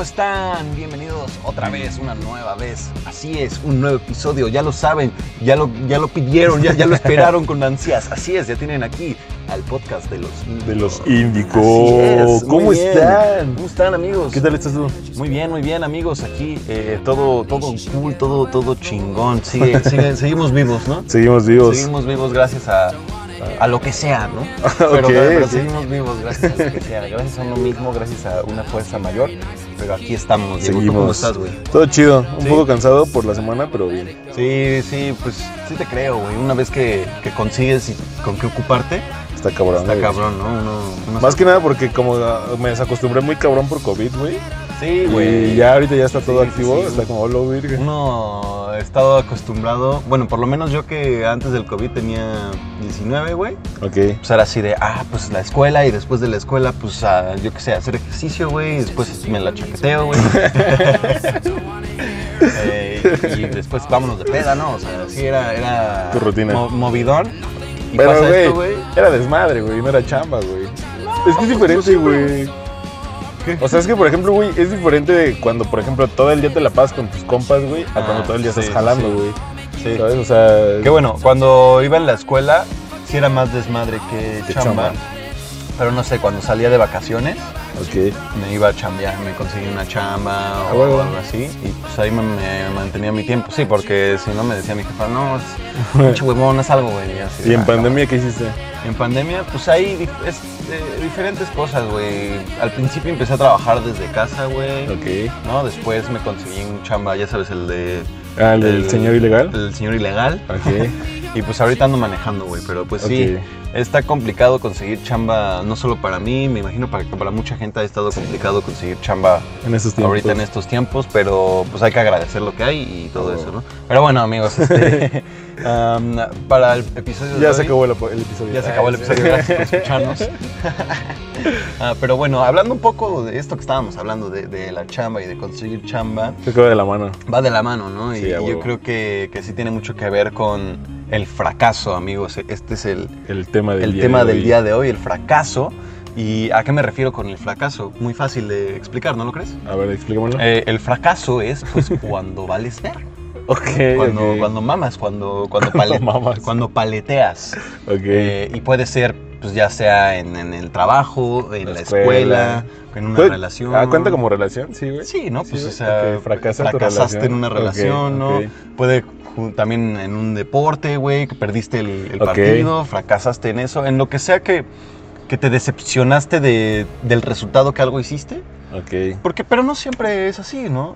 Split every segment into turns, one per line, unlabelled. están? Bienvenidos otra vez, una nueva vez. Así es, un nuevo episodio, ya lo saben, ya lo, ya lo pidieron, ya, ya lo esperaron con ansias. Así es, ya tienen aquí al podcast de los Indios.
De los Índico.
Así es, muy
¿Cómo
bien.
están?
¿Cómo están amigos?
¿Qué tal estás tú?
Muy bien, muy bien amigos, aquí eh, todo, todo cool, todo, todo chingón. Sigue, sigue- seguimos vivos, ¿no?
Seguimos vivos.
Seguimos vivos gracias a, a lo que sea, ¿no? Pero,
ok,
pero
ok.
seguimos vivos gracias a lo que sea, gracias a uno mismo, gracias a una fuerza mayor. Pero aquí estamos, Diego. ¿Tú
Seguimos.
¿Cómo estás, güey?
Todo chido. Un
Sí.
poco cansado por la semana, pero bien.
Sí, sí, pues sí te creo, güey. Una vez que, que consigues y con qué ocuparte,
Está cabrón.
está
güey.
cabrón, ¿no? Uno, uno-
Más que nada porque como ah, me desacostumbré muy cabrón por COVID, güey.
Sí, güey.
Y ya ahorita ya está todo
Sí, sí,
activo.
sí.
Está como lo virgen.
Uno ha estado acostumbrado, bueno, por lo menos yo que antes del COVID tenía 19, güey.
Ok.
Pues era así de, ah, pues la escuela y después de la escuela, pues a, yo qué sé, hacer ejercicio, güey, y después me la chaqueteo, güey. Eh, y después vámonos de peda, ¿no? O sea, sí era, era
Tu rutina.
mo- movidón. Y
Pero,
pasa esto,
güey,
güey. pues,
era desmadre, güey, no era chamba, güey. es que es diferente, güey.
¿Qué?
O sea, es que, por ejemplo, güey, es diferente de cuando, por ejemplo, todo el día te la pasas con tus compas, güey, a
Ah,
cuando todo el día
sí,
estás jalando,
sí.
güey.
Sí.
¿Sabes? O sea,
Que bueno, cuando iba en la escuela, sí era más desmadre que
Que
chamba.
chamba.
Pero no sé, cuando salía de vacaciones,
Ok.
me iba a chambear, me conseguí una chamba
Ah,
o
huevo.
algo así. Y pues ahí me, me mantenía mi tiempo. Sí, porque si no me decía mi jefa, no, es pinche huevón, haz algo, güey. así,
¿Y en
ah,
pandemia qué hiciste?
cabrón. En pandemia, pues hay dif- es, eh, diferentes cosas, güey. Al principio empecé a trabajar desde casa, güey.
Ok.
No, después me conseguí un chamba, ya sabes, el de...
Ah, ¿el del señor ilegal?
El señor ilegal.
Ok.
Y pues ahorita ando manejando, güey, pero pues sí, está complicado conseguir chamba, no solo para mí, me imagino para, para mucha gente ha estado complicado conseguir chamba
En esos tiempos.
ahorita en estos tiempos, pero pues hay que agradecer lo que hay y todo
Ah,
eso,
bueno.
¿no? Pero bueno, amigos, este, um, para el episodio de
Ya se
hoy-
acabó el, el episodio.
ya se acabó el episodio, gracias por escucharnos. Ah, pero bueno, hablando un poco de esto que estábamos hablando, de, de la chamba y de conseguir chamba,
Se acabó de la mano.
va de la mano, ¿no? Y,
Sí, a
y yo
huevo.
creo que, que sí tiene mucho que ver con el fracaso, amigos. Este es el,
El tema del
el
día
tema
de
del
hoy.
día de hoy, el fracaso. ¿Y a qué me refiero con el fracaso? Muy fácil de explicar, ¿no lo crees?
A ver, explícamelo.
Eh, el fracaso es pues, cuando vales ver,
ok.
cuando,
ok.
cuando mamas, cuando, cuando, pale-
mamas.
cuando paleteas.
Ok.
Eh, y puede ser, pues ya sea en, en el trabajo, en la,
La
escuela,
escuela.
en una
Pues,
relación.
Ah, cuenta como relación, sí, güey.
Sí, ¿no? Pues
Sí,
o sea,
ok, fracasa tu
fracasaste en
relación.
una
Ok,
relación, ¿no?
ok.
Puede ju- también en un deporte, güey, que perdiste el, el
Ok.
partido, fracasaste en eso, en lo que sea que, que te decepcionaste de- del resultado que algo hiciste.
Ok.
Porque, pero no siempre es así, ¿no?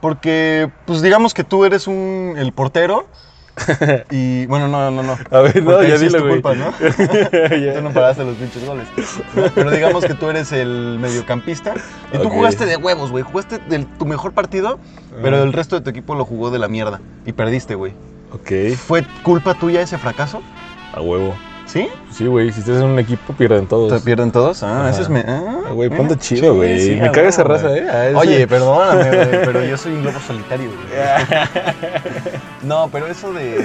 Porque, pues digamos que tú eres un, el portero y, bueno, no, no, no.
A ver, no,
Porque ahí
ya
sí es
dilo,
tu
güey.
culpa, ¿no?
Ya.
Tú no paraste los pinches goles. ¿no? Pero digamos que tú eres el mediocampista y tú
Ok.
jugaste de huevos, güey. Jugaste del- tu mejor partido, pero el resto de tu equipo lo jugó de la mierda y perdiste, güey.
Ok,
¿Fue culpa tuya ese fracaso?
a huevo.
¿Sí?
Sí, güey, si estás en un equipo, pierden
¿Te
todos.
pierden todos? Ah,
Ajá.
ese es me. ah,
Ah, Güey,
mira.
ponte chido, güey.
sí,
Me
a
caga
huevo,
esa raza,
güey.
¿eh? A ese-
Oye, perdóname, güey, pero yo soy un globo solitario, güey. No, pero eso de,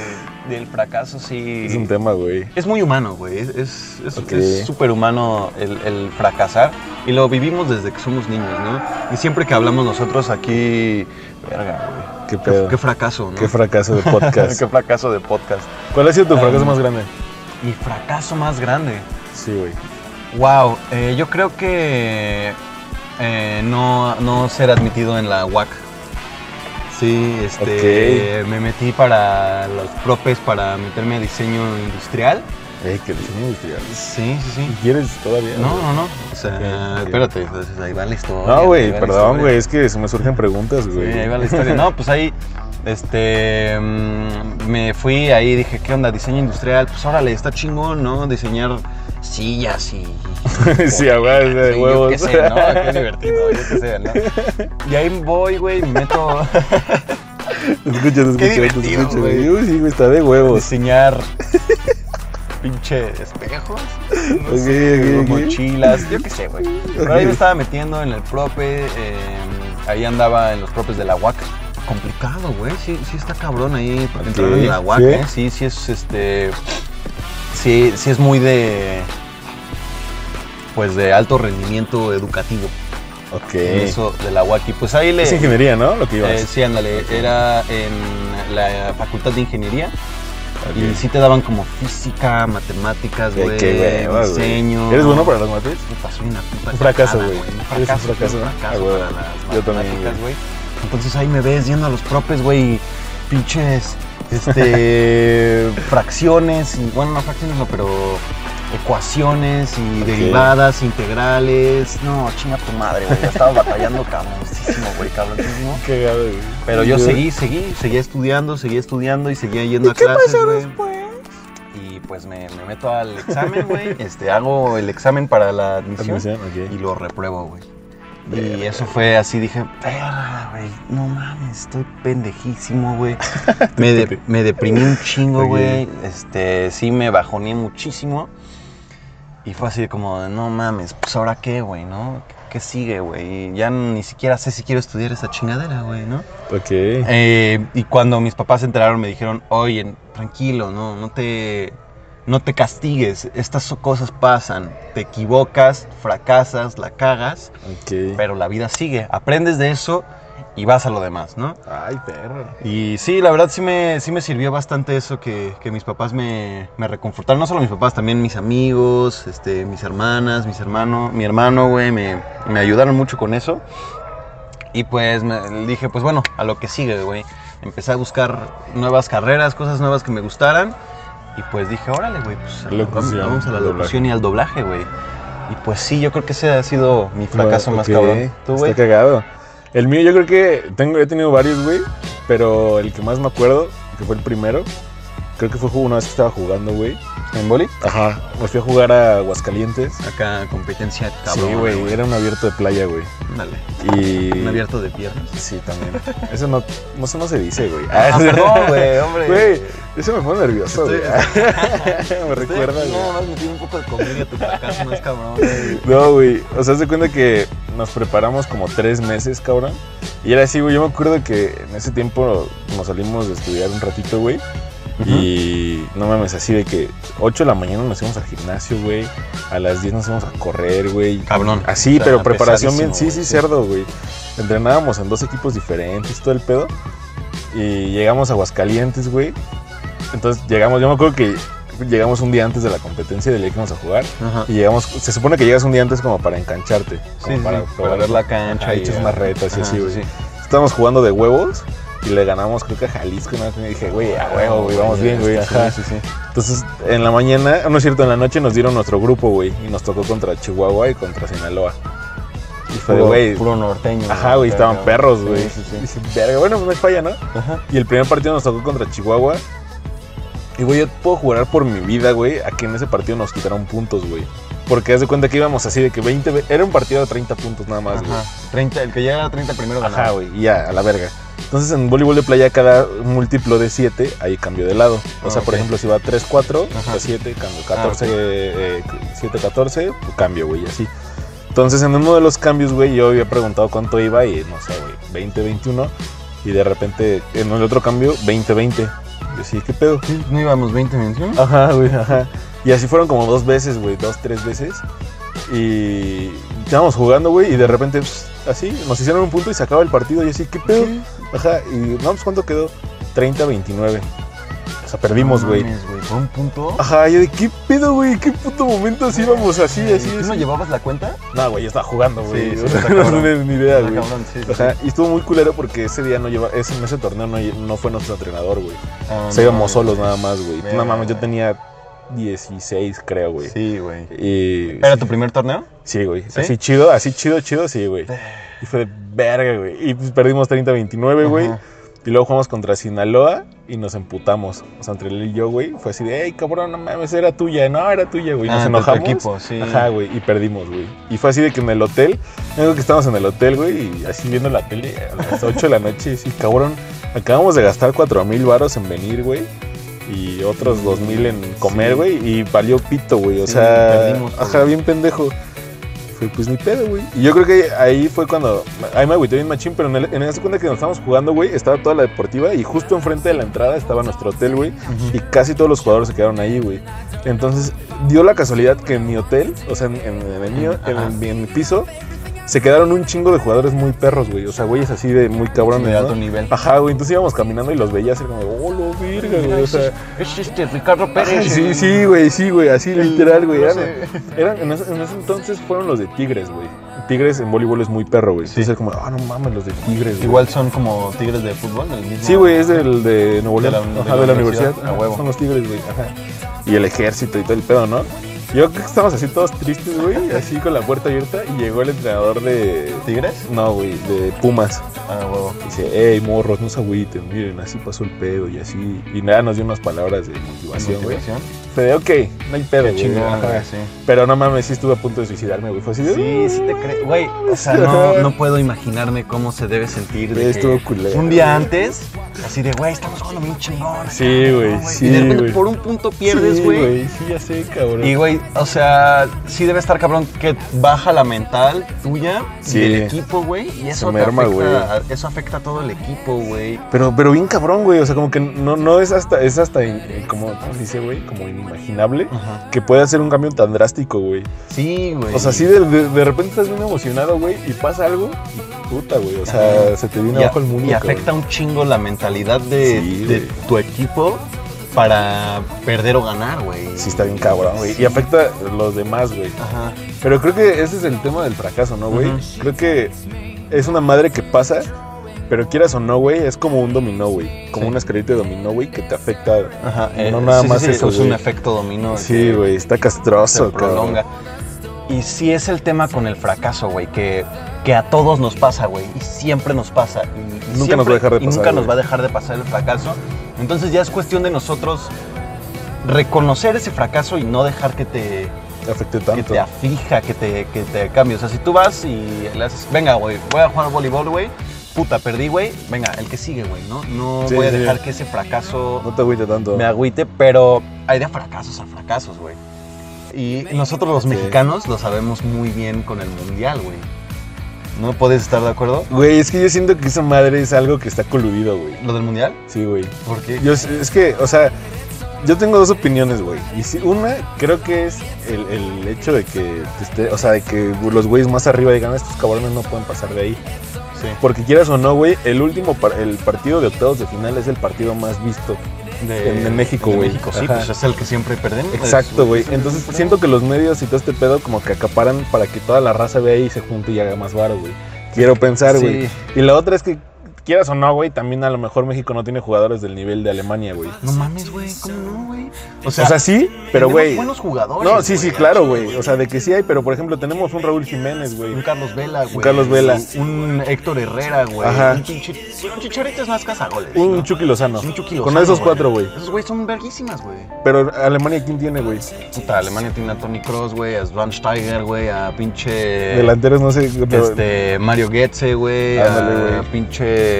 del fracaso sí.
Es un tema, güey.
Es muy humano, güey. Es- Es es-
Ok.
es súper humano el, el fracasar. Y lo vivimos desde que somos niños, ¿no? Y siempre que hablamos nosotros aquí. Verga, güey. Qué,
Qué pedo.
qué fracaso, ¿no?
Qué fracaso de podcast.
Qué fracaso de podcast.
¿Cuál ha sido tu
Ah,
fracaso más grande?
Mi fracaso más grande.
Sí, güey.
Wow. eh, yo creo que. eh, no, no ser admitido en la UAC. Sí, este. Me metí para los propes para meterme a diseño industrial.
Ey, Eh, que diseño industrial.
Sí, sí, sí.
¿Y ¿Quieres todavía?
No, no, no. O sea,
Ok, ok.
espérate, pues, ahí va la historia.
No,
ahí
güey,
va la
perdón,
historia.
güey, es que se me surgen preguntas, güey.
Sí, ahí va la historia. No, pues ahí, este, mm, me fui ahí, dije, ¿qué onda? Diseño industrial, pues órale, está chingón, ¿no? Diseñar sillas y...
sí, a huevo, de
Sí,
huevos.
Yo qué sé, ¿no? Qué divertido, yo qué sé, ¿no? Y ahí voy, güey, me meto
Escucha,
Qué
escucha, escucha,
divertido,
escucha,
güey.
güey. Uy, sí, güey, está de
a
huevos.
diseñar pinche espejos, no
Ok,
sé,
ok, ok.
mochilas, yo qué sé, güey. Pero ahí me estaba metiendo en el prope, eh, ahí andaba en los propes de la UAC. Complicado, güey, sí, sí está cabrón ahí para
Ok,
entrar en la UAC,
¿sí?
¿eh? Sí, sí es este... Sí, sí es muy de... Pues de alto rendimiento educativo.
Ok.
en eso de la UAC. Y pues ahí le.
Es ingeniería, ¿no? Lo que ibas.
eh, sí, ándale. Era en la Facultad de Ingeniería.
Ok.
Y sí te daban como física, matemáticas,
Ay,
güey,
qué hueva, güey.
diseño.
¿Eres bueno para las matrices?
Puta, soy una puta
Un fracaso,
cagada,
güey.
Un
Eres un
fracaso,
fracaso,
soy un
¿no?
fracaso
Ah, güey.
para las
Yo también,
matemáticas, güey. Entonces ahí me ves yendo a los propes, güey, y pinches este fracciones, y bueno, no fracciones, no, pero ecuaciones y
Ok.
derivadas, integrales. No, chinga tu madre, güey. Yo estaba batallando cabroncísimo, güey, cabroncísimo.
Cagado, güey.
Pero yo
Sí.
seguí, seguí, seguía estudiando, seguía estudiando y seguía yendo
¿Y
a
qué
clases,
pasó
güey.
después?
Y pues me, me meto al examen, güey. Este, hago el examen para la admisión
Admisión, ok.
y lo repruebo, güey. Y
Verga.
eso fue así, dije, perra, güey, no mames, estoy pendejísimo, güey. me, de- me deprimí un chingo,
Ok.
güey. Este, sí me bajoné muchísimo. Y fue así de como, de, no mames, pues ahora qué, güey, ¿no? ¿Qué- ¿Qué sigue, güey? Y Ya ni siquiera sé si quiero estudiar esa chingadera, güey, ¿no?
Ok.
Eh, y cuando mis papás se enteraron me dijeron, oye, tranquilo, no, no te, no te castigues, estas so- cosas pasan, te equivocas, fracasas, la cagas,
Ok.
pero la vida sigue, aprendes de eso y vas a lo demás, ¿no?
Ay, perro.
Y sí, la verdad sí me, sí me sirvió bastante eso que, que mis papás me, me reconfortaron, no solo mis papás, también mis amigos, este, mis hermanas, mis hermanos, mi hermano, güey, me, me ayudaron mucho con eso. Y pues me, dije, pues bueno, a lo que sigue, güey. Empecé a buscar nuevas carreras, cosas nuevas que me gustaran. Y pues dije, órale, güey, pues a- vamos,
Locución,
vamos a la
doblaje.
locución y al doblaje, güey. Y pues sí, yo creo que ese ha sido mi fracaso más
Ok,
cabrón. ¿Tú, güey?
Está cagado. El mío yo creo que tengo, he tenido varios, güey, pero el que más me acuerdo, que fue el primero, creo que fue una vez que estaba jugando, güey.
¿En boli?
Ajá. Me fui a jugar a Aguascalientes.
Acá competencia cabrón.
sí, güey, era un abierto de playa, güey.
Dale.
Y...
Un abierto de piernas.
Sí, también. Eso no, no, eso no se dice, güey.
Ah, perdón, güey, hombre.
Güey, eso me pone nervioso,
Estoy-
güey. me recuerda, güey.
No, más metí un poco de comida tu fracaso, no es cabrón, güey.
No, güey. O sea, se cuenta que nos preparamos como tres meses, cabrón. Y era así, güey. Yo me acuerdo que en ese tiempo nos salimos de estudiar un ratito, güey. Y no mames, así de que 8 de la mañana nos íbamos al gimnasio, güey. A las 10 nos íbamos a correr, güey.
Cabrón.
Así,
Está
pero preparación bien. Sí,
pesadísimo, güey,
sí, cerdo, güey. Entrenábamos en dos equipos diferentes, todo el pedo. Y llegamos a Aguascalientes, güey. Entonces llegamos, yo me acuerdo que llegamos un día antes de la competencia del día que íbamos a jugar.
Ajá.
Y llegamos, se supone que llegas un día antes como para engancharte, como para, probar.
ver la cancha
Ajá, y echas unas retas y
Ajá,
así, güey.
sí, sí.
Estábamos jugando de huevos y le ganamos creo que a Jalisco una vez y dije, güey, a huevo, güey, vamos bien, güey,
Sí,
ajá.
Sí, sí.
Entonces, en la mañana, no es cierto, en la noche nos dieron nuestro grupo, güey, y nos tocó contra Chihuahua y contra Sinaloa. Y fue de,
Puro,
güey,
puro norteño.
ajá, güey, estaban
acá,
perros,
sí,
güey.
Sí, sí.
Y dije, verga, bueno, pues no hay falla, ¿no?
Ajá.
Y el primer partido nos tocó contra Chihuahua. Y, güey, yo puedo jurar por mi vida, güey, a que en ese partido nos quitaron puntos, güey. Porque haz de cuenta que íbamos así de que 20... ve- Era un partido de 30 puntos nada más, güey.
Ajá. 30, el que llegara a 30 primero ganaba.
Ajá, güey, y ya, a la verga. Entonces, en voleibol de playa, cada múltiplo de 7, ahí cambio de lado. O
Ah,
sea, por
ok.
ejemplo, si va 3, 4,
Ajá.
7, cambio eh,
Ah,
14, 7, 14, pues cambio, güey, y así. Entonces, en uno de los cambios, güey, yo había preguntado cuánto iba y, no sé, güey, 20, 21. Y de repente, en el otro cambio, 20, 20. Yo sí, ¿qué pedo?
Sí, ¿No íbamos 20 menciones?
Ajá, güey, ajá. Y así fueron como dos veces, güey, dos, tres veces. Y estábamos jugando, güey, y de repente, pues, así, nos hicieron un punto y se acaba el partido. Y así, ¿qué pedo? Ajá, y no, pues, ¿cuánto quedó? 30-29. O sea, perdimos, güey.
No mames, güey. ¿Fue un punto?
Ajá, yo de qué pedo, güey, qué puto momento así íbamos así, así.
¿Tú Eh, no
así.
llevabas la cuenta?
No, güey, yo estaba jugando, güey.
Sí, sí,
o sea,
está
no
cabrón.
tienes ni idea,
Ah,
güey.
cabrón, sí, sí,
Ajá,
sí.
y estuvo muy culero porque ese día no lleva, ese, en ese torneo no, lle- no fue nuestro entrenador, güey.
Ah,
O
no
sea, íbamos
mames.
solos nada más, güey.
Verga,
No mames, yo
güey.
tenía 16, creo, güey.
Sí, güey.
Y.
¿Era tu primer torneo?
Sí, güey.
¿Sí?
Así chido, así chido, chido, sí, güey. Y fue de verga, güey. Y pues perdimos 30-29, güey.
Ajá.
Y luego jugamos contra Sinaloa y nos emputamos. O sea, entre él y yo, güey. Fue así de, hey, cabrón, no mames, era tuya. No, era tuya, güey. Nos
Ah, entre tu
enojamos.
equipo, sí.
Ajá, güey. Y perdimos, güey. Y fue así de que en el hotel, me acuerdo que estábamos en el hotel, güey, y así viendo la tele a las 8 de la noche. Y sí, cabrón, acabamos de gastar 4 mil varos en venir, güey. Y otros 2 mil en comer,
Sí.
güey. Y valió pito, güey. O
Sí,
sea,
perdimos,
ajá,
güey.
bien pendejo. Fue pues ni pedo, güey. Y yo creo que ahí fue cuando. Ahí me agüité bien machín, pero en, el, en esa cuenta que nos estábamos jugando, güey, estaba toda la deportiva y justo enfrente de la entrada estaba nuestro hotel, güey. Y casi todos los jugadores se quedaron ahí, güey. Entonces, dio la casualidad que en mi hotel, o sea, en, en- en el mío, en,
Ajá.
en mi- en mi piso, se quedaron un chingo de jugadores muy perros, güey. O sea, güey, es así de muy cabrones.
de alto
¿no?
nivel.
Ajá, güey. Entonces íbamos caminando y los veías y era como, oh, lo virga, güey. O sea,
Es este Ricardo
Ajá,
Pérez.
sí,
el-
sí, güey, sí, güey, así
el-
literal, güey.
no
Eran,
sé.
eran- en, ese, en ese entonces fueron los de Tigres, güey. Tigres en voleibol es muy perro, güey.
Sí.
Entonces era como, ah, no mames, los de Tigres, güey.
Igual son como tigres de fútbol. del mismo-
Sí, güey, es del de Nuevo
De
León,
la-
ajá, de la, universidad.
a
Ajá,
huevo.
Son los tigres, güey. Ajá. Y el ejército y todo el pedo, ¿no? Yo creo que estamos así todos tristes, güey, así con la puerta abierta y llegó el entrenador de...
¿Tigres?
No, güey, de Pumas.
Ah, huevo.
Dice, hey, morros, no se agüiten, miren, así pasó el pedo y así. Y nada, nos dio unas palabras de motivación, güey.
Motivación.
Fue de, ok, no hay pedo,
Qué
güey.
chingón,
Ajá.
güey, sí.
Pero no mames, sí estuve a punto de suicidarme, güey. Fue así de...
Sí, sí te creo. Güey, o sea, no, no puedo imaginarme cómo se debe sentir.
Güey,
De
estuvo
que
culero,
un día
güey.
antes, así de, güey, estamos jugando bien chingón.
Sí,
cabrón,
güey,
Y de
sí,
repente
güey.
por un punto pierdes,
Sí,
güey.
Sí, ya sé, cabrón.
y, güey, o sea, sí debe estar cabrón que baja la mental tuya
Sí.
y del equipo, güey. Y eso, te
merma,
afecta, a- eso afecta a todo el equipo, güey.
Pero, pero bien cabrón, güey. O sea, como que no, no es hasta, es hasta in- eh, como, ¿cómo se dice, güey? Como inimaginable
Ajá.
que pueda hacer un cambio tan drástico, güey.
Sí, güey.
O sea, sí de, de- de repente estás bien emocionado, güey, y pasa algo, y puta, güey. O sea,
Ajá.
se te viene
Y a-
abajo el mundo.
Y afecta un chingo la mentalidad de,
Sí,
de
güey.
tu equipo para perder o ganar, güey.
Sí, está bien cabrón, güey. Y afecta a los demás, güey.
Ajá.
Pero creo que ese es el tema del fracaso, ¿no, güey?
Ujú.
Creo que es una madre que pasa, pero quieras o no, güey, es como un dominó, güey. Como
Sí.
una escalita de dominó, güey, que te afecta.
Ajá. eh,
no nada
sí, sí,
más
sí,
eso,
Es
güey.
un efecto dominó.
Sí,
que
güey, está
Se
castroso, cabrón.
prolonga. Y sí es el tema con el fracaso, güey, que, que a todos nos pasa, güey, y siempre nos pasa. Y, y
nos
siempre-
va a dejar de
y
pasar,
nunca nos
güey.
va a dejar de pasar el fracaso. Entonces ya es cuestión de nosotros reconocer ese fracaso y no dejar que te,
afecte tanto.
que te afija, que te, que te cambie. O sea, si tú vas y le haces, venga, güey, voy a jugar voleibol, güey, puta, perdí, güey, venga, el que sigue, güey, ¿no? No
Sí,
voy a
sí.
dejar que ese fracaso
No te agüite tanto.
me agüite, pero hay de fracasos a fracasos, güey. Y nosotros los
Sí.
mexicanos lo sabemos muy bien con el mundial, güey. ¿No puedes estar de acuerdo?
Güey, es que yo siento que esa madre es algo que está coludido, güey.
¿Lo del mundial?
Sí, güey.
¿Por qué?
Yo, es que, o sea, yo tengo dos opiniones, güey. Y si- una creo que es el, el hecho de que, te esté- o sea, de que los güeyes más arriba digan, estos cabrones no pueden pasar de ahí.
sí.
Porque quieras o no, güey, el último, par- el partido de octavos de final es el partido más visto. en- en México,
de
güey.
México, sí,
Ajá.
pues es el que siempre perdemos.
Exacto, güey.
Es-
Entonces siento que los medios y todo este pedo como que acaparan para que toda la raza vea y se junte y haga más varo, güey. Quiero pensar,
Sí.
güey. Y la otra es que, quieras o no, güey, también a lo mejor México no tiene jugadores del nivel de Alemania, güey.
No mames, güey, ¿cómo no, güey?
O sea, sí, pero
tenemos
güey.
buenos jugadores.
No, sí, sí,
güey.
claro, güey. O sea, de que sí hay, pero por ejemplo, tenemos un Raúl Jiménez, güey.
Un Carlos Vela, güey.
Un Carlos Vela.
Un Héctor Herrera, güey.
Ajá.
Un, pinche- un chicharito es más cazagoles.
Un
¿no?
Chucky Lozano.
Un Chucky
Con
Lozano,
esos cuatro, güey.
Esos güey son verguísimas, güey.
Pero Alemania, ¿quién tiene, güey?
Puta, Alemania tiene a Tony Cross, güey, a Schweinsteiger, güey, a pinche.
Delanteros, no sé. pero-
Eh, Este, Mario Goetze, güey,
Ándale,
a
güey.
pinche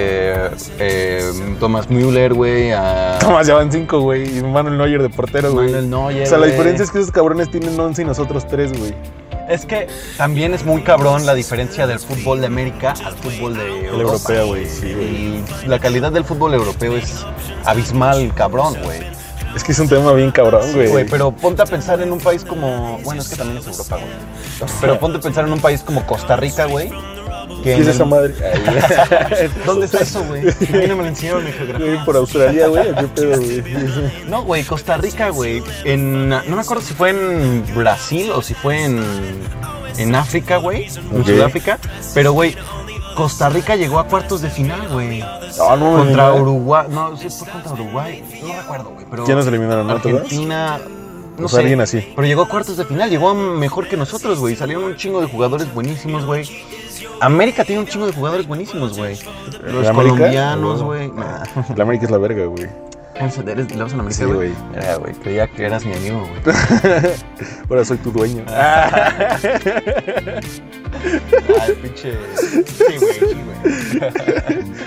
eh, Thomas Müller, güey, a
Tomás, ya van cinco, güey. Y Manuel Neuer de portero, güey.
Manuel Neuer.
O sea, la
güey.
diferencia es que esos cabrones tienen 11 y nosotros 3, güey.
Es que también es muy cabrón la diferencia del fútbol de América al fútbol de Europa.
europeo, güey, sí, güey.
Y la calidad del fútbol europeo es abismal, cabrón, güey.
Es que es un tema bien cabrón, güey.
Güey, pero ponte a pensar en un país como. Bueno, es que también es Europa, güey. Pero ponte a pensar en un país como Costa Rica, güey. que
¿Qué
en
es
el-
esa madre? Ay, güey.
¿Dónde está eso, güey? A mí no me lo enseñaron en geografía.
Güey, ¿Por Australia, güey? ¿o ¿Qué pedo, güey? pues.
No, güey, Costa Rica, güey. En, no me acuerdo si fue en Brasil o si fue en, en África, güey. En
Ok.
Sudáfrica. Pero, güey, Costa Rica llegó a cuartos de final, güey.
No, no, no,
Contra
no.
Uruguay. No, sí, fue contra Uruguay. No recuerdo, güey. Pero
¿Quién nos eliminaron? ¿No? ¿Todas?
Argentina. No
O sea,
sé,
alguien así.
Pero llegó a cuartos de final, llegó mejor que nosotros, güey. Salieron un chingo de jugadores buenísimos, güey. América tiene un chingo de jugadores buenísimos, güey. Los
¿La América? Oh.
colombianos,
No.
güey. Nah.
La América es la verga, güey.
¿Eres- eres- ¿Le vas a la América,
Sí,
güey?
güey.
Mira, güey, creía que eras mi amigo, güey.
Ahora soy tu dueño.
Ay, pinche. Sí, güey, sí, güey.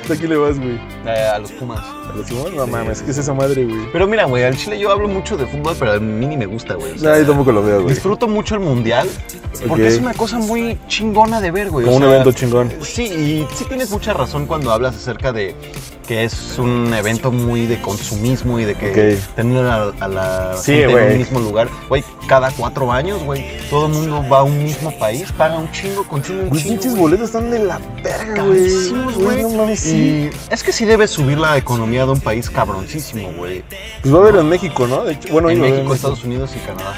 ¿Tú a quién le vas, güey?
Eh, a los Pumas.
¿A los Pumas? No mames, ¿qué es esa madre, güey?
Pero mira, güey, al Chile yo hablo mucho de fútbol, pero a mí ni me gusta, güey. O sea,
No, yo tampoco lo veo, güey.
Pues, disfruto mucho el mundial porque
Ok.
es una cosa muy chingona de ver, güey.
Como
o
un
sea,
evento chingón.
Sí, y sí tienes mucha razón cuando hablas acerca de que es un evento muy de consumismo y de que
Ok.
tener a, a la
Sí,
gente en
güey.
un mismo lugar. Güey, cada cuatro años, güey, todo el mundo va a un mismo país, paga un chingo, consume un
Güey,
chingo.
pinches
güey.
boletos están de la verga, güey.
Carísimos, güey.
No mames, sí.
Y es que sí debe subir la economía de un país cabroncísimo, güey.
Pues va a haber en México, ¿no? De hecho, bueno,
en
iba a haber
México, Estados Unidos y Canadá.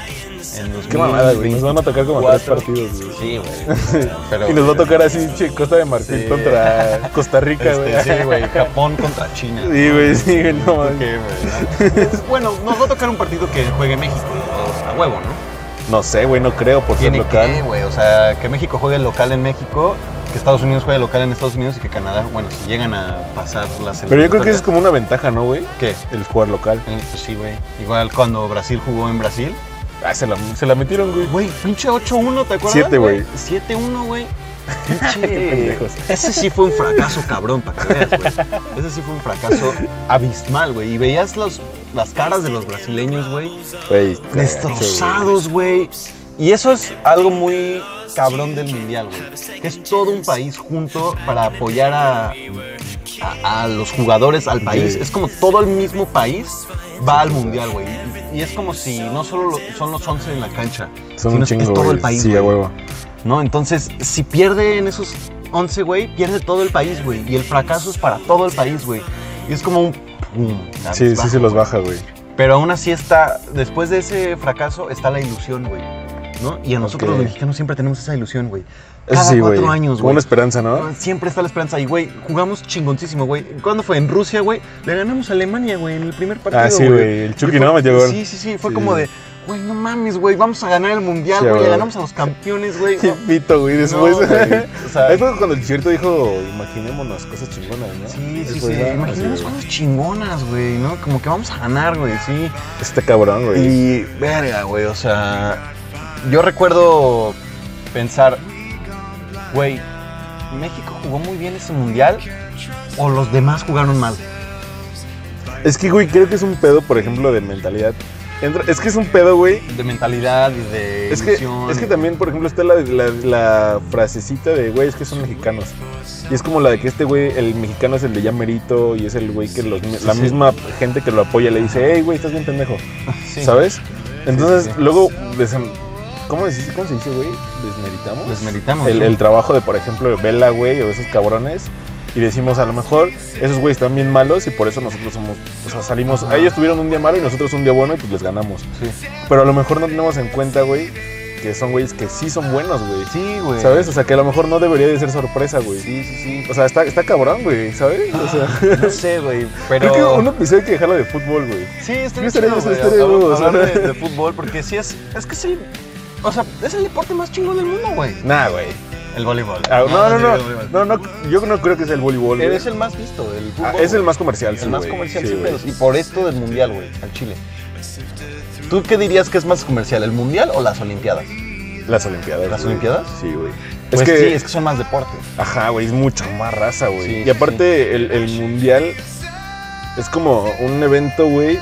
En
Qué mamada, güey. Nos
2024.
van a tocar como tres partidos, güey.
Sí, güey. Pero,
Y nos va a tocar así, che, Costa de Marfil
Sí.
contra Costa Rica, güey.
este, sí, güey. Japón contra China.
Sí, güey, sí, güey, no mames.
bueno, nos va a tocar un partido que juegue México. o- A huevo, ¿no?
No sé, güey, no creo por ser
Tiene que,
local.
güey. O sea, que México juegue local en México, que Estados Unidos juegue local en Estados Unidos y que Canadá, bueno, si llegan a pasar las
Pero yo creo que es como una ventaja, ¿no, güey?
¿Qué?
El jugar local.
Eh, pues Sí, güey. Igual cuando Brasil jugó en Brasil.
Ah, se la, se la metieron, güey.
Güey, pinche 8-1, ¿te acuerdas?
Siete, güey.
7-1, güey.
pendejos.
Pinche. Ese sí fue un fracaso, cabrón, para que veas, güey. Ese sí fue un fracaso abismal, güey. Y veías los- las caras de los brasileños, güey.
Güey,
Destrozados, güey. Y eso es algo muy cabrón del mundial, güey. Que es todo un país junto para apoyar a, a, a los jugadores, al país.
Sí.
Es como todo el mismo país va al mundial, güey. Y es como si no solo lo- son los 11 en la cancha,
Son
sino
un
es-
chingo,
es todo
güey.
el país.
Sí, a
güey.
huevo.
¿no? Entonces, si pierde en esos 11, güey, pierde todo el país, güey. Y el fracaso es para todo el país, güey. Y es como un... pum,
Sí, sí,
bajo,
se los
güey.
baja, güey.
Pero aún así está, después de ese fracaso, está la ilusión, güey. ¿No? Y a nosotros
Ok.
los mexicanos siempre tenemos esa ilusión, güey.
Eso
Cada
sí, güey.
cuatro años,
Como
güey.
una esperanza, ¿no?
Siempre está la esperanza. Y, güey, jugamos chingoncísimo, güey. ¿Cuándo fue? En Rusia, güey. Le ganamos a Alemania, güey, en el primer partido.
Ah, sí, güey. El Chucky no me llegó.
Sí, sí, sí. Fue
Sí.
como de, güey, no mames, güey. Vamos a ganar el mundial,
Sí,
güey. Le
güey.
ganamos a los campeones, güey.
Sí, pito, güey, después.
No, güey, o sea-
Ahí fue cuando el cierto dijo, imaginémonos cosas chingonas, ¿no?
Sí, sí, sí.
Después, ¿no?
Imaginemos
Así, güey.
cosas chingonas, güey, ¿no? Como que vamos a ganar, güey, sí.
Está Este cabrón, güey.
Y, verga, güey, o sea, yo recuerdo pensar, güey, México jugó muy bien ese mundial o los demás jugaron mal.
Es que, güey, creo que es un pedo, por ejemplo, de mentalidad. Entra- Es que es un pedo, güey.
De mentalidad y de
Es que,
ilusión.
es que también, por ejemplo, está la, la- la frasecita de, güey, es que son mexicanos. Y es como la de que este güey, el mexicano es el de ya merito y es el güey que los- la
sí.
misma gente que lo apoya le dice, hey, güey, estás bien pendejo.
Sí,
¿Sabes? Entonces,
sí, sí.
luego, desen- ¿cómo, decís- cómo se dice, güey? ¿Desmeritamos?
Desmeritamos.
el,
¿no?
el trabajo de, por ejemplo, de Vela, güey, o de esos cabrones. Y decimos, a lo mejor esos güeyes están bien malos y por eso nosotros somos, o sea, salimos,
Ajá.
ellos tuvieron un día malo y nosotros un día bueno y pues les ganamos.
Sí.
Pero a lo mejor no tenemos en cuenta, güey, que son güeyes que sí son buenos, güey.
Sí, güey.
¿Sabes? O sea, que a lo mejor no debería de ser sorpresa, güey.
Sí, sí, sí.
O sea, está, está cabrón, güey, ¿sabes? O sea,
No sé, güey, pero...
creo que un episodio hay que dejarlo de fútbol, güey.
Sí, estoy
Yo estaría-
chido, güey,
estaría
hab-
huevo, o sea.
hablar de, de fútbol porque sí es... Es que sí... O sea, es el deporte más chingón del mundo, güey.
Nah, güey.
El voleibol.
Ah, no, no,
sí,
no,
el voleibol.
no, no, Yo no creo que sea el voleibol, güey.
Es el más visto, el fútbol.
Ah, es el
güey.
más comercial, sí,
El más
güey.
comercial
Sí,
siempre.
güey.
Y por esto del mundial, güey, al Chile. ¿Tú qué dirías que es más comercial, el mundial o las Olimpiadas?
Las Olimpiadas.
¿Las
güey.
Olimpiadas?
Sí, güey.
Pues
es que,
sí, es que son más deportes.
Ajá, güey, es mucho más raza, güey.
Sí,
y aparte, el, el mundial es como un evento, güey,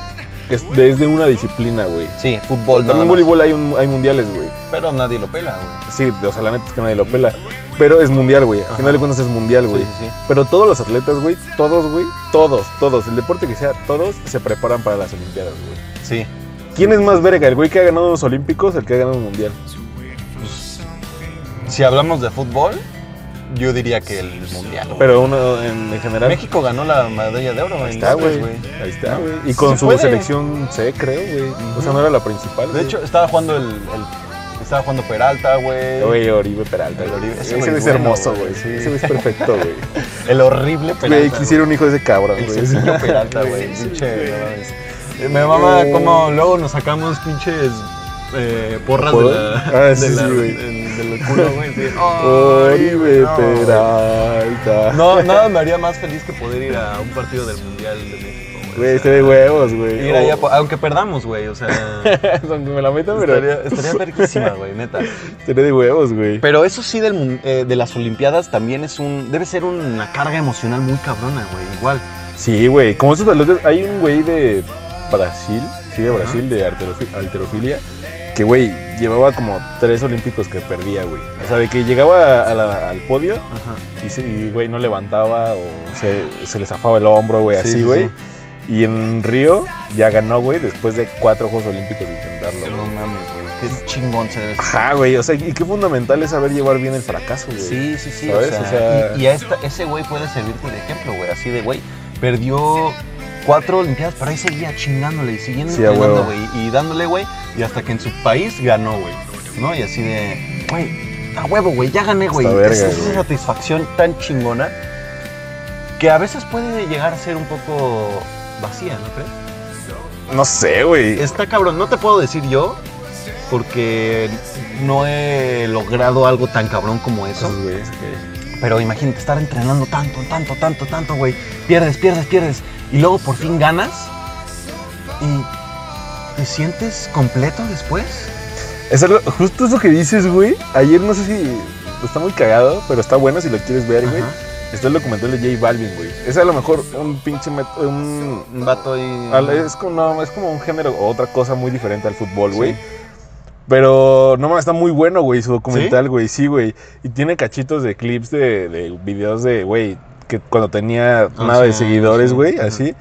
que es desde una disciplina, güey.
Sí, fútbol, nada
También en
más.
voleibol hay, un- hay mundiales, güey.
Pero nadie lo pela, güey.
Sí, o sea, la neta es que nadie lo pela. Pero es mundial, güey. Al final de cuentas es mundial, güey.
Sí, sí, sí.
Pero todos los atletas, güey, todos, güey, todos, todos, el deporte que sea, todos se preparan para las Olimpiadas, güey.
Sí.
¿Quién es más verga, el güey que ha ganado los Olímpicos o el que ha ganado un mundial?
Si hablamos de fútbol, yo diría que el mundial. güey.
Pero uno en, en general.
México ganó la medalla de oro en
Ahí está,
Londres,
güey. Ahí está, güey. Y
Sí
con
se
su
puede.
selección C, creo, güey. O sea, no era la principal.
De
güey.
hecho, estaba jugando el, el- estaba jugando Peralta, güey.
güey, Oribe Peralta.
El
güey.
Oribe- ese
Ese
güey
güey es
bueno,
hermoso,
güey,
güey.
sí.
Ese güey es perfecto, güey.
El horrible Peralta.
Güey,
güey.
quisiera un hijo de ese cabrón,
El
Pues, güey.
Sergio Peralta, güey. pinche, no mames. Eh, Me mama
Eh.
como luego nos sacamos pinches eh, porras de
¿Por?
la,
Ah,
de
sí,
la-
sí, güey.
del- del culo, güey. sí.
Oribe
no, güey.
Peralta.
No, nada me haría más feliz que poder ir a un partido del Mundial de México. güey.
Güey, estoy de huevos, güey.
Mira,
Oh.
ya, aunque perdamos, güey, o sea,
Aunque me la metan, pero
estaría, estaría verguísima, güey, neta.
estaría de huevos, güey.
Pero eso sí del mun- eh, de las Olimpiadas también es un debe ser una carga emocional muy cabrona, güey, igual.
Sí, güey. Como esos atletas, hay un güey de Brasil, sí, de
Ajá.
Brasil, de arterofi- alterofilia, que, güey, llevaba como tres olímpicos que perdía, güey. O sea, de que llegaba a la- al podio
Ajá.
y, se- y, güey, no levantaba o se, se le zafaba el hombro, güey,
Sí,
así,
sí,
güey.
sí.
Y en Río ya ganó, güey, después de cuatro Juegos Olímpicos de intentarlo.
No
güey.
mames, güey, qué chingón se debe ser.
Ajá, güey, o sea, y qué fundamental es saber llevar bien el fracaso, güey.
Sí, sí, sí.
¿Sabes?
O sea,
O sea-
y, y a esta- ese güey puede servirte de ejemplo, güey. Así de, güey, perdió cuatro Olimpiadas, pero ahí seguía chingándole y siguiendo
Sí, a
entrenando,
huevo.
güey. Y dándole, güey. Y hasta que en su país ganó, güey. ¿No? Y así de, güey, a huevo, güey, ya gané, güey.
Está verga,
Es es
güey.
una satisfacción tan chingona que a veces puede llegar a ser un poco vacía, ¿no crees?
No sé, güey.
Está cabrón, no te puedo decir yo porque no he logrado algo tan cabrón como eso.
Esos güeyes Pues, que-
Pero imagínate estar entrenando tanto, tanto, tanto, tanto, güey. Pierdes, pierdes, pierdes. Y luego por fin ganas. Y te sientes completo después.
Es algo, justo eso que dices, güey. Ayer no sé si pues, está muy cagado, pero está bueno si lo quieres ver, güey.
Ajá.
Está el documental de J Balvin, güey. Es a lo mejor un pinche met- un
Un vato y...
al- es como no, es como un género o otra cosa muy diferente al fútbol, güey. Pero no mames, está muy bueno, güey, su documental, güey, sí, güey. Y tiene cachitos de clips de, de videos de, güey, que cuando tenía
Ah,
nada de
sí,
seguidores,
sí,
güey,
ajá.
así.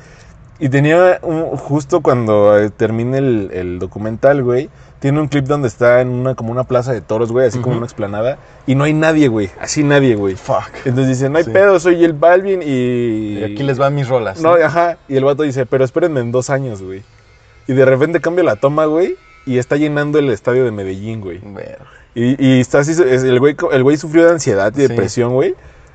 Y tenía un- justo cuando eh, termina el, el documental, güey, tiene un clip donde está en una como una plaza de toros, güey, así como
Ujú.
una explanada. Y no hay nadie, güey, así nadie, güey.
Fuck.
Entonces dicen, no hay
Sí.
pedo, soy el Balvin y...
Y aquí les van mis rolas.
No, ajá. Y el vato dice, pero espérenme en dos años, güey. Y de repente cambia la toma, güey. Y está llenando el estadio de Medellín, güey.
Ver.
Y, y está así, es- el güey, co- el güey sufrió de ansiedad y
Sí.
depresión, güey.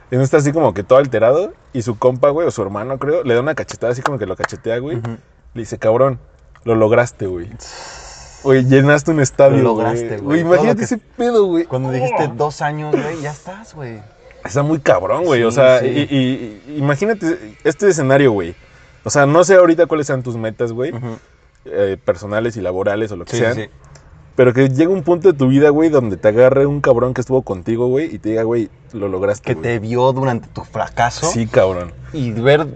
Entonces está así como que todo alterado. Y su compa, güey, o su hermano, creo, le da una cachetada así como que lo cachetea, güey.
Ujú.
Le dice, cabrón, lo lograste, güey. Oye, llenaste un estadio.
Lo lograste, güey.
Imagínate
Todo lo que-
ese pedo, güey.
Cuando dijiste dos años, güey, ya estás, güey.
Está muy cabrón, güey. o
Sí,
sea,
sí.
y- y- y- imagínate este escenario, güey. O sea, no sé ahorita cuáles sean tus metas, güey.
Ujú.
eh, personales y laborales o lo que
Sí, sí,
sean.
sí.
Pero que llegue un punto de tu vida, güey, donde te agarre un cabrón que estuvo contigo, güey, y te diga, güey, lo lograste.
Que
güey.
te vio durante tu fracaso.
Sí, cabrón.
Y ver,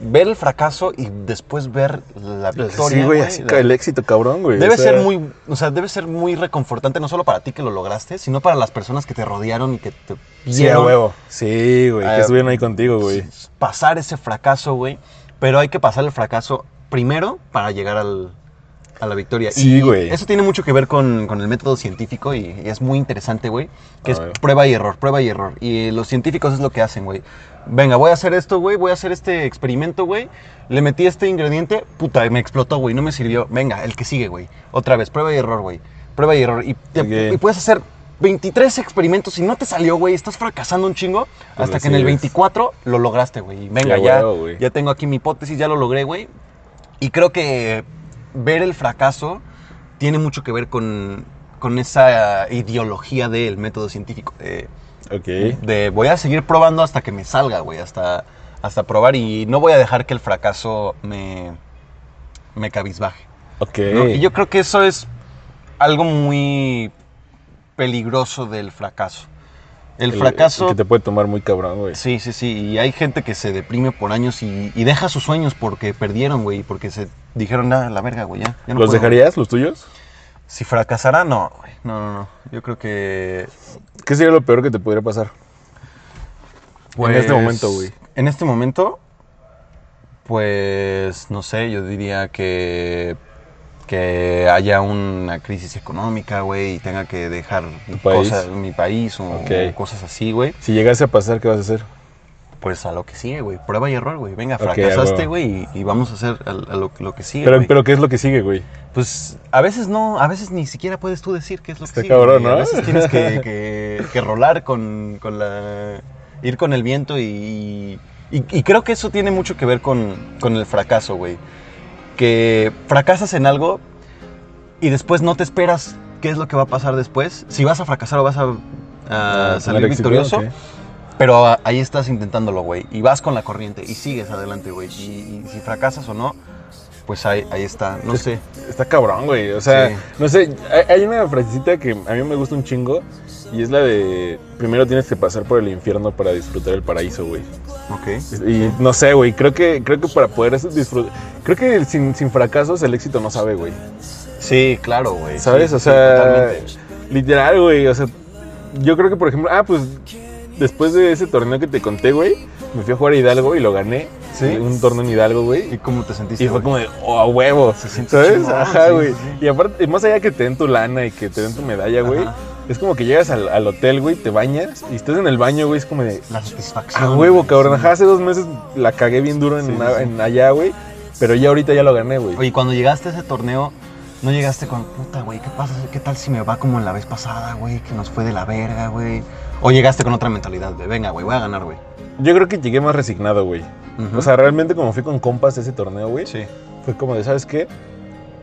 ver el fracaso y después ver la victoria.
sí, güey, así
la-
cae el éxito, cabrón, güey.
Debe
O sea,
ser muy, o sea, debe ser muy reconfortante no solo para ti que lo lograste, sino para las personas que te rodearon y que te
Sí, a
vieron
huevo. Sí, güey,
Ah,
que estuvieron ahí contigo, güey.
s- pues, pasar ese fracaso, güey. Pero hay que pasar el fracaso primero para llegar al- a la victoria.
Sí,
Y
güey.
Eso tiene mucho que ver con, con el método científico y, y es muy interesante, güey. Que
A
es
ver.
prueba y error, prueba y error. Y los científicos es lo que hacen, güey. Venga, voy a hacer esto, güey. Voy a hacer este experimento, güey. Le metí este ingrediente. Puta, me explotó, güey. No me sirvió. Venga, el que sigue, güey. Otra vez, prueba y error, güey. Prueba y error. Y, te-
Ok.
y puedes hacer 23 experimentos y no te salió, güey. Estás fracasando un chingo.
Pues
Hasta
así
que en el
es.
24 lo lograste, güey. Y Venga,
Ya,
ya,
huevo, güey.
ya tengo aquí mi hipótesis, ya lo logré, güey. Y creo que ver el fracaso tiene mucho que ver con, con esa ideología del método científico. De,
Ok.
de voy a seguir probando hasta que me salga, güey. Hasta, hasta probar y no voy a dejar que el fracaso me, me cabizbaje.
Ok.
¿no? Y yo creo que eso es algo muy peligroso del fracaso. El,
El-
fracaso...
Que te puede tomar muy cabrón, güey.
Sí, sí, sí. Y hay gente que se deprime por años y, y deja sus sueños porque perdieron, güey. Porque se dijeron, nada, la verga, güey, ya. ya no
¿Los
puedo".
dejarías, los tuyos?
Si fracasara, no, güey. No, no, no. Yo creo que.
¿Qué sería lo peor que te podría pasar? En este momento, güey.
pues, En este momento, pues, no sé, yo diría que. Que haya una crisis económica, güey, y tenga que dejar
país?
cosas, mi país o,
Ok.
cosas así, güey.
Si llegase a pasar, ¿qué vas a hacer?
Pues a lo que sigue, güey. Prueba y error, güey. Venga,
Ok, a
fracasaste,
huevo.
güey, y, y vamos a hacer a, a lo, lo que sigue.
Pero,
güey.
pero, ¿qué es lo que sigue, güey?
Pues a veces no, a veces ni siquiera puedes tú decir qué es lo que
Está
sigue,
cabrón,
güey. A
¿no?
veces tienes que, que- que rolar con, con la. ir con el viento y, y. y creo que eso tiene mucho que ver con, con el fracaso, güey. Que fracasas en algo y después no te esperas qué es lo que va a pasar después. Si vas a fracasar o vas a, a
Ah, ¿Tener
Ah, salir
éxito?
victorioso.
Ok.
Pero a- ahí estás intentándolo, güey. Y vas con la corriente y sigues adelante, güey. Y, y si fracasas o no, pues ahí, ahí está. No sé.
Está cabrón, güey. O sea,
Sí.
no sé, hay- hay una frasecita que a mí me gusta un chingo y es la de primero tienes que pasar por el infierno para disfrutar el paraíso, güey.
Ok.
Y no sé, güey, creo que creo que para poder eso disfrutar, creo que sin, sin fracasos el éxito no sabe, güey.
Sí, claro, güey.
¿Sabes?
Sí,
o
sí,
sea,
totalmente.
literal, güey, o sea, yo creo que por ejemplo, ah, pues después de ese torneo que te conté, güey, me fui a jugar a Hidalgo y lo gané.
Sí.
Un torneo en Hidalgo, güey,
¿Y cómo te sentiste?
Y fue
güey?
como de, oh, a huevo.
siente
¿Sabes?
chingón,
Ajá,
sí,
güey.
sí, sí.
Y aparte, más allá que te den tu lana y que te den tu medalla, güey,
Ajá.
es como que llegas al, al hotel, güey, te bañas y estás en el baño, güey, es como de,
la satisfacción.
a huevo,
güey.
cabrón. Ajá, hace dos meses la cagué bien duro en,
Sí,
una-
sí.
en allá, güey, pero ya ahorita ya lo gané, güey.
Oye, cuando llegaste a ese torneo, no llegaste con, puta, güey, ¿qué pasa? ¿Qué tal si me va como la vez pasada, güey? Que nos fue de la verga, güey. O llegaste con otra mentalidad, de, venga, güey, voy a ganar, güey.
Yo creo que llegué más resignado, güey.
Ujú.
O sea, realmente como fui con compas de ese torneo, güey,
sí.
fue como de, ¿sabes qué?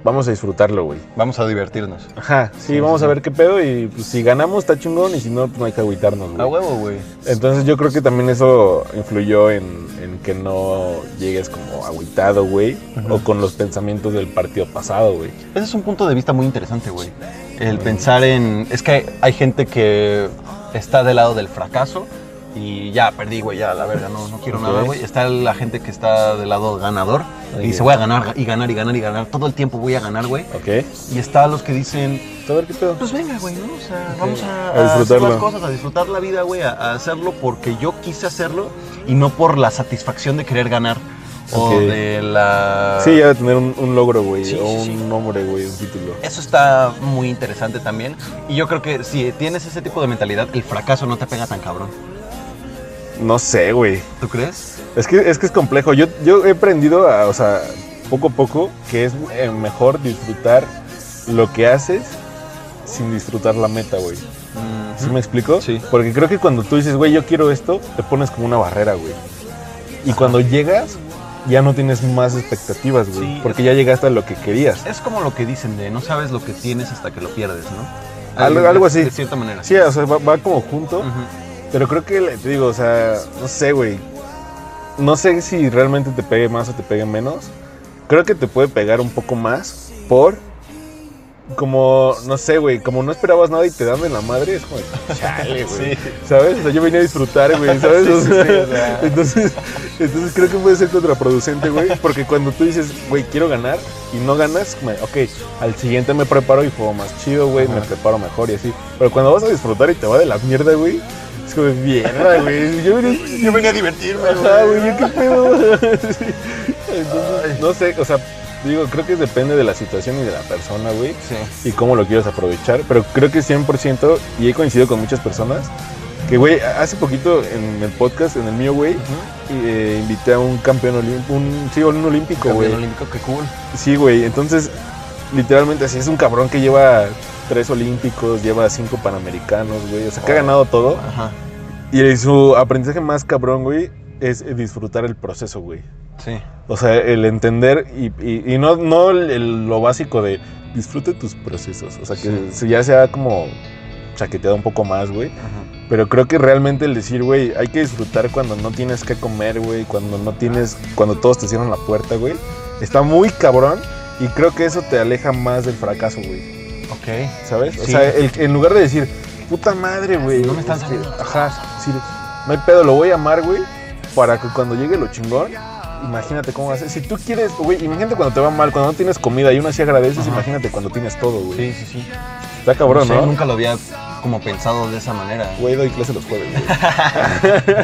Vamos a disfrutarlo, güey.
Vamos a divertirnos.
Ajá, sí,
Sí,
vamos
sí,
a
sí.
ver qué pedo y pues, si ganamos está chingón y si no, pues no hay que agüitarnos, güey.
A huevo, güey.
Entonces yo creo que también eso influyó en, en que no llegues como agüitado, güey,
Ajá.
o con los pensamientos del partido pasado, güey.
Ese es un punto de vista muy interesante, güey. El pensar en. Es que hay, hay gente que está del lado del fracaso y ya perdí, güey, ya la verga, no, no quiero
Ok.
nada, güey. Está la gente que está del lado ganador
Muy
y dice,
bien.
voy a ganar y ganar y ganar y ganar. Todo el tiempo voy a ganar, güey.
¿Ok?
Y está los que dicen,
A ver qué pedo.
pues venga, güey, ¿no? O sea, vamos a, a
A
hacer
disfrutarlo.
las cosas, a disfrutar la vida, güey, a, a hacerlo porque yo quise hacerlo y no por la satisfacción de querer ganar o
Ok.
de la...
Sí, ya de tener un, un logro, güey,
Sí,
o un
sí, sí.
nombre, güey, un título.
Eso está muy interesante también. Y yo creo que si tienes ese tipo de mentalidad, el fracaso no te pega tan cabrón.
No sé, güey.
¿Tú crees?
Es que, es que es complejo. Yo, yo he aprendido, a, o sea, poco a poco, que es eh, mejor disfrutar lo que haces sin disfrutar la meta, güey. ¿Sí me explico?
Sí.
Porque creo que cuando tú dices, güey, yo quiero esto, te pones como una barrera, güey. Y cuando llegas, ya no tienes más expectativas, güey.
Sí,
porque ya llegaste a lo que querías.
Es como lo que dicen de no sabes lo que tienes hasta que lo pierdes, ¿no?
Algo-
De-
algo así.
De cierta manera.
Sí, o sea, va, va como junto.
Ujú.
Pero creo que, le- te digo, o sea, no sé, güey. No sé si realmente te pegue más o te pegue menos. Creo que te puede pegar un poco más por... Como, no sé, güey, como no esperabas nada y te dan de la madre, es como, chale, güey. ¿Sabes? O sea, yo venía a disfrutar, güey, ¿sabes?
Sí,
O
sí,
sea,
sí, o sea.
Entonces, entonces creo que puede ser contraproducente, güey, porque cuando tú dices, güey, quiero ganar y no ganas, me- ok, al siguiente me preparo y juego más chido, güey, me
Ajá.
preparo mejor y así. Pero cuando vas a disfrutar y te va de la mierda, güey, es como, mierda, güey, yo venía...
Yo venía a divertirme.
Ajá, güey, ¿qué pedo? Sí. Entonces, no sé, o sea, digo, creo que depende de la situación y de la persona, güey
Sí.
y cómo lo quieres aprovechar, pero creo que 100%, y he coincidido con muchas personas, que, güey, hace poquito en el podcast, en el mío, güey, eh, invité a un campeón olímpico, un, sí, un olímpico,
Campeón
güey.
olímpico, qué cool.
Sí, güey, entonces, literalmente, así es un cabrón que lleva tres olímpicos, lleva cinco panamericanos, güey, o sea, que ha
Oh.
ganado todo.
Ajá.
Y su aprendizaje más cabrón, güey, es eh, disfrutar el proceso, güey.
Sí.
O sea, el entender y, y- y no, no el- el- lo básico de disfrute tus procesos. O sea, que se- ya se ha como chaqueteado un poco más, güey.
Ajá.
Pero creo que realmente el decir, güey, hay que disfrutar cuando no tienes que comer, güey, cuando no tienes, cuando todos te cierran la puerta, güey. Está muy cabrón y creo que eso te aleja más del fracaso, güey.
Ok.
¿Sabes? O
Sí.
sea, el- en lugar de decir, puta madre, güey.
No me están
es que-
saliendo las
Ajá, sí. No hay pedo, lo voy a amar, güey, para que cuando llegue lo chingón, imagínate cómo va a ser. Si tú quieres, güey, imagínate cuando te va mal, cuando no tienes comida y uno así agradeces,
Ajá.
imagínate cuando tienes todo, güey.
Sí, sí, sí.
Está cabrón,
No
¿no?
sé, Nunca lo había como pensado de esa manera.
Güey, doy clase los jueves, güey.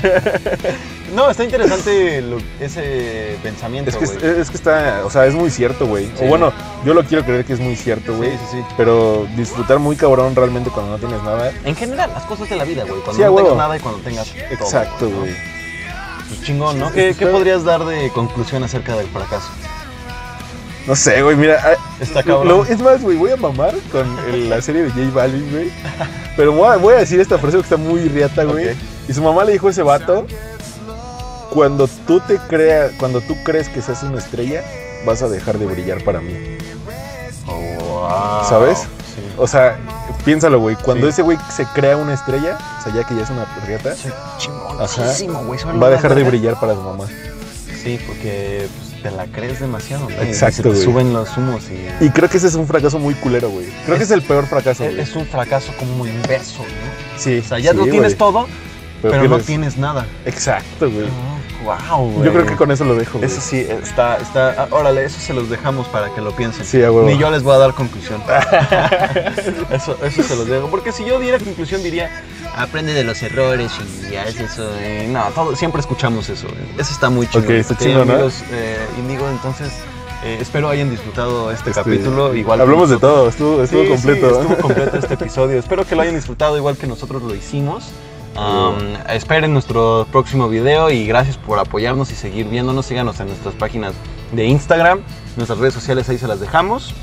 No, está interesante lo- ese pensamiento,
Es que,
güey.
es que está, o sea, es muy cierto, güey.
Sí.
O bueno, yo lo quiero creer que es muy cierto, güey.
Sí, sí, sí.
Pero disfrutar muy cabrón realmente cuando no tienes nada.
En general, las cosas de la vida, güey. Cuando
Sí, a
no
huevo.
tengas nada y cuando tengas todo,
Exacto,
¿no?
güey.
Pues chingón, ¿no?
Sí,
¿Qué,
está-
qué podrías dar de conclusión acerca del fracaso?
No sé, güey, mira. ah,
Está
lo-
cabrón.
es más, güey, voy a mamar con el- la serie de J Balvin, güey. Pero voy a, voy a decir esta frase que está muy riata, güey.
Ok.
Y su mamá le dijo a ese vato: Cuando tú te creas, cuando tú crees que seas una estrella, vas a dejar de brillar para mí.
Oh, wow.
¿Sabes?
Sí.
O sea, piénsalo, güey. Cuando
Sí.
ese güey se crea una estrella, o sea, ya que ya es una regata,
Chingoncísimo, güey. son
va a
unas
dejar de
vergas.
brillar para su mamá.
Sí, porque pues, te la crees demasiado. güey.
Exacto,
Se te
güey.
suben los humos y...
Y creo que ese es un fracaso muy culero, güey. Creo que es el peor fracaso,
Es
güey.
es un fracaso como inverso, ¿no?
Sí,
O sea, ya lo tienes todo, pero, no
tienes.
tienes nada.
Exacto, güey.
wow,
Yo creo que con eso lo dejo. güey.
Eso sí, está, está... ah, Órale, eso se los dejamos para que lo piensen.
Sí, a huevo.
Ni yo les voy a dar conclusión. eso, eso se los dejo. Porque si yo diera conclusión diría, aprende de los errores y ya es eso. eh, no, todo- siempre escuchamos eso. eh. Eso está muy chido.
Ok, está chido, ¿no?
amigos, eh, Indigo, entonces eh, espero hayan disfrutado este,
Este,
capítulo. Igual que
Hablamos de
nosotros.
todo, estuvo, estuvo
Sí,
completo. ¿eh?
sí, estuvo completo este episodio. Espero que lo hayan disfrutado igual que nosotros lo hicimos. Um, esperen nuestro próximo video y gracias por apoyarnos y seguir viéndonos. Síganos en nuestras páginas de Instagram, nuestras redes sociales ahí se las dejamos.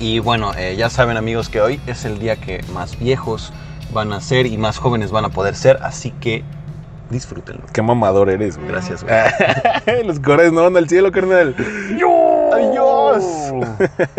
Y bueno, eh, ya saben amigos que hoy es el día que más viejos van a ser y más jóvenes van a poder ser, así que disfrútenlo.
Qué mamador eres, güey.
Gracias. güey.
Los colores no van al cielo, carnal. Adiós.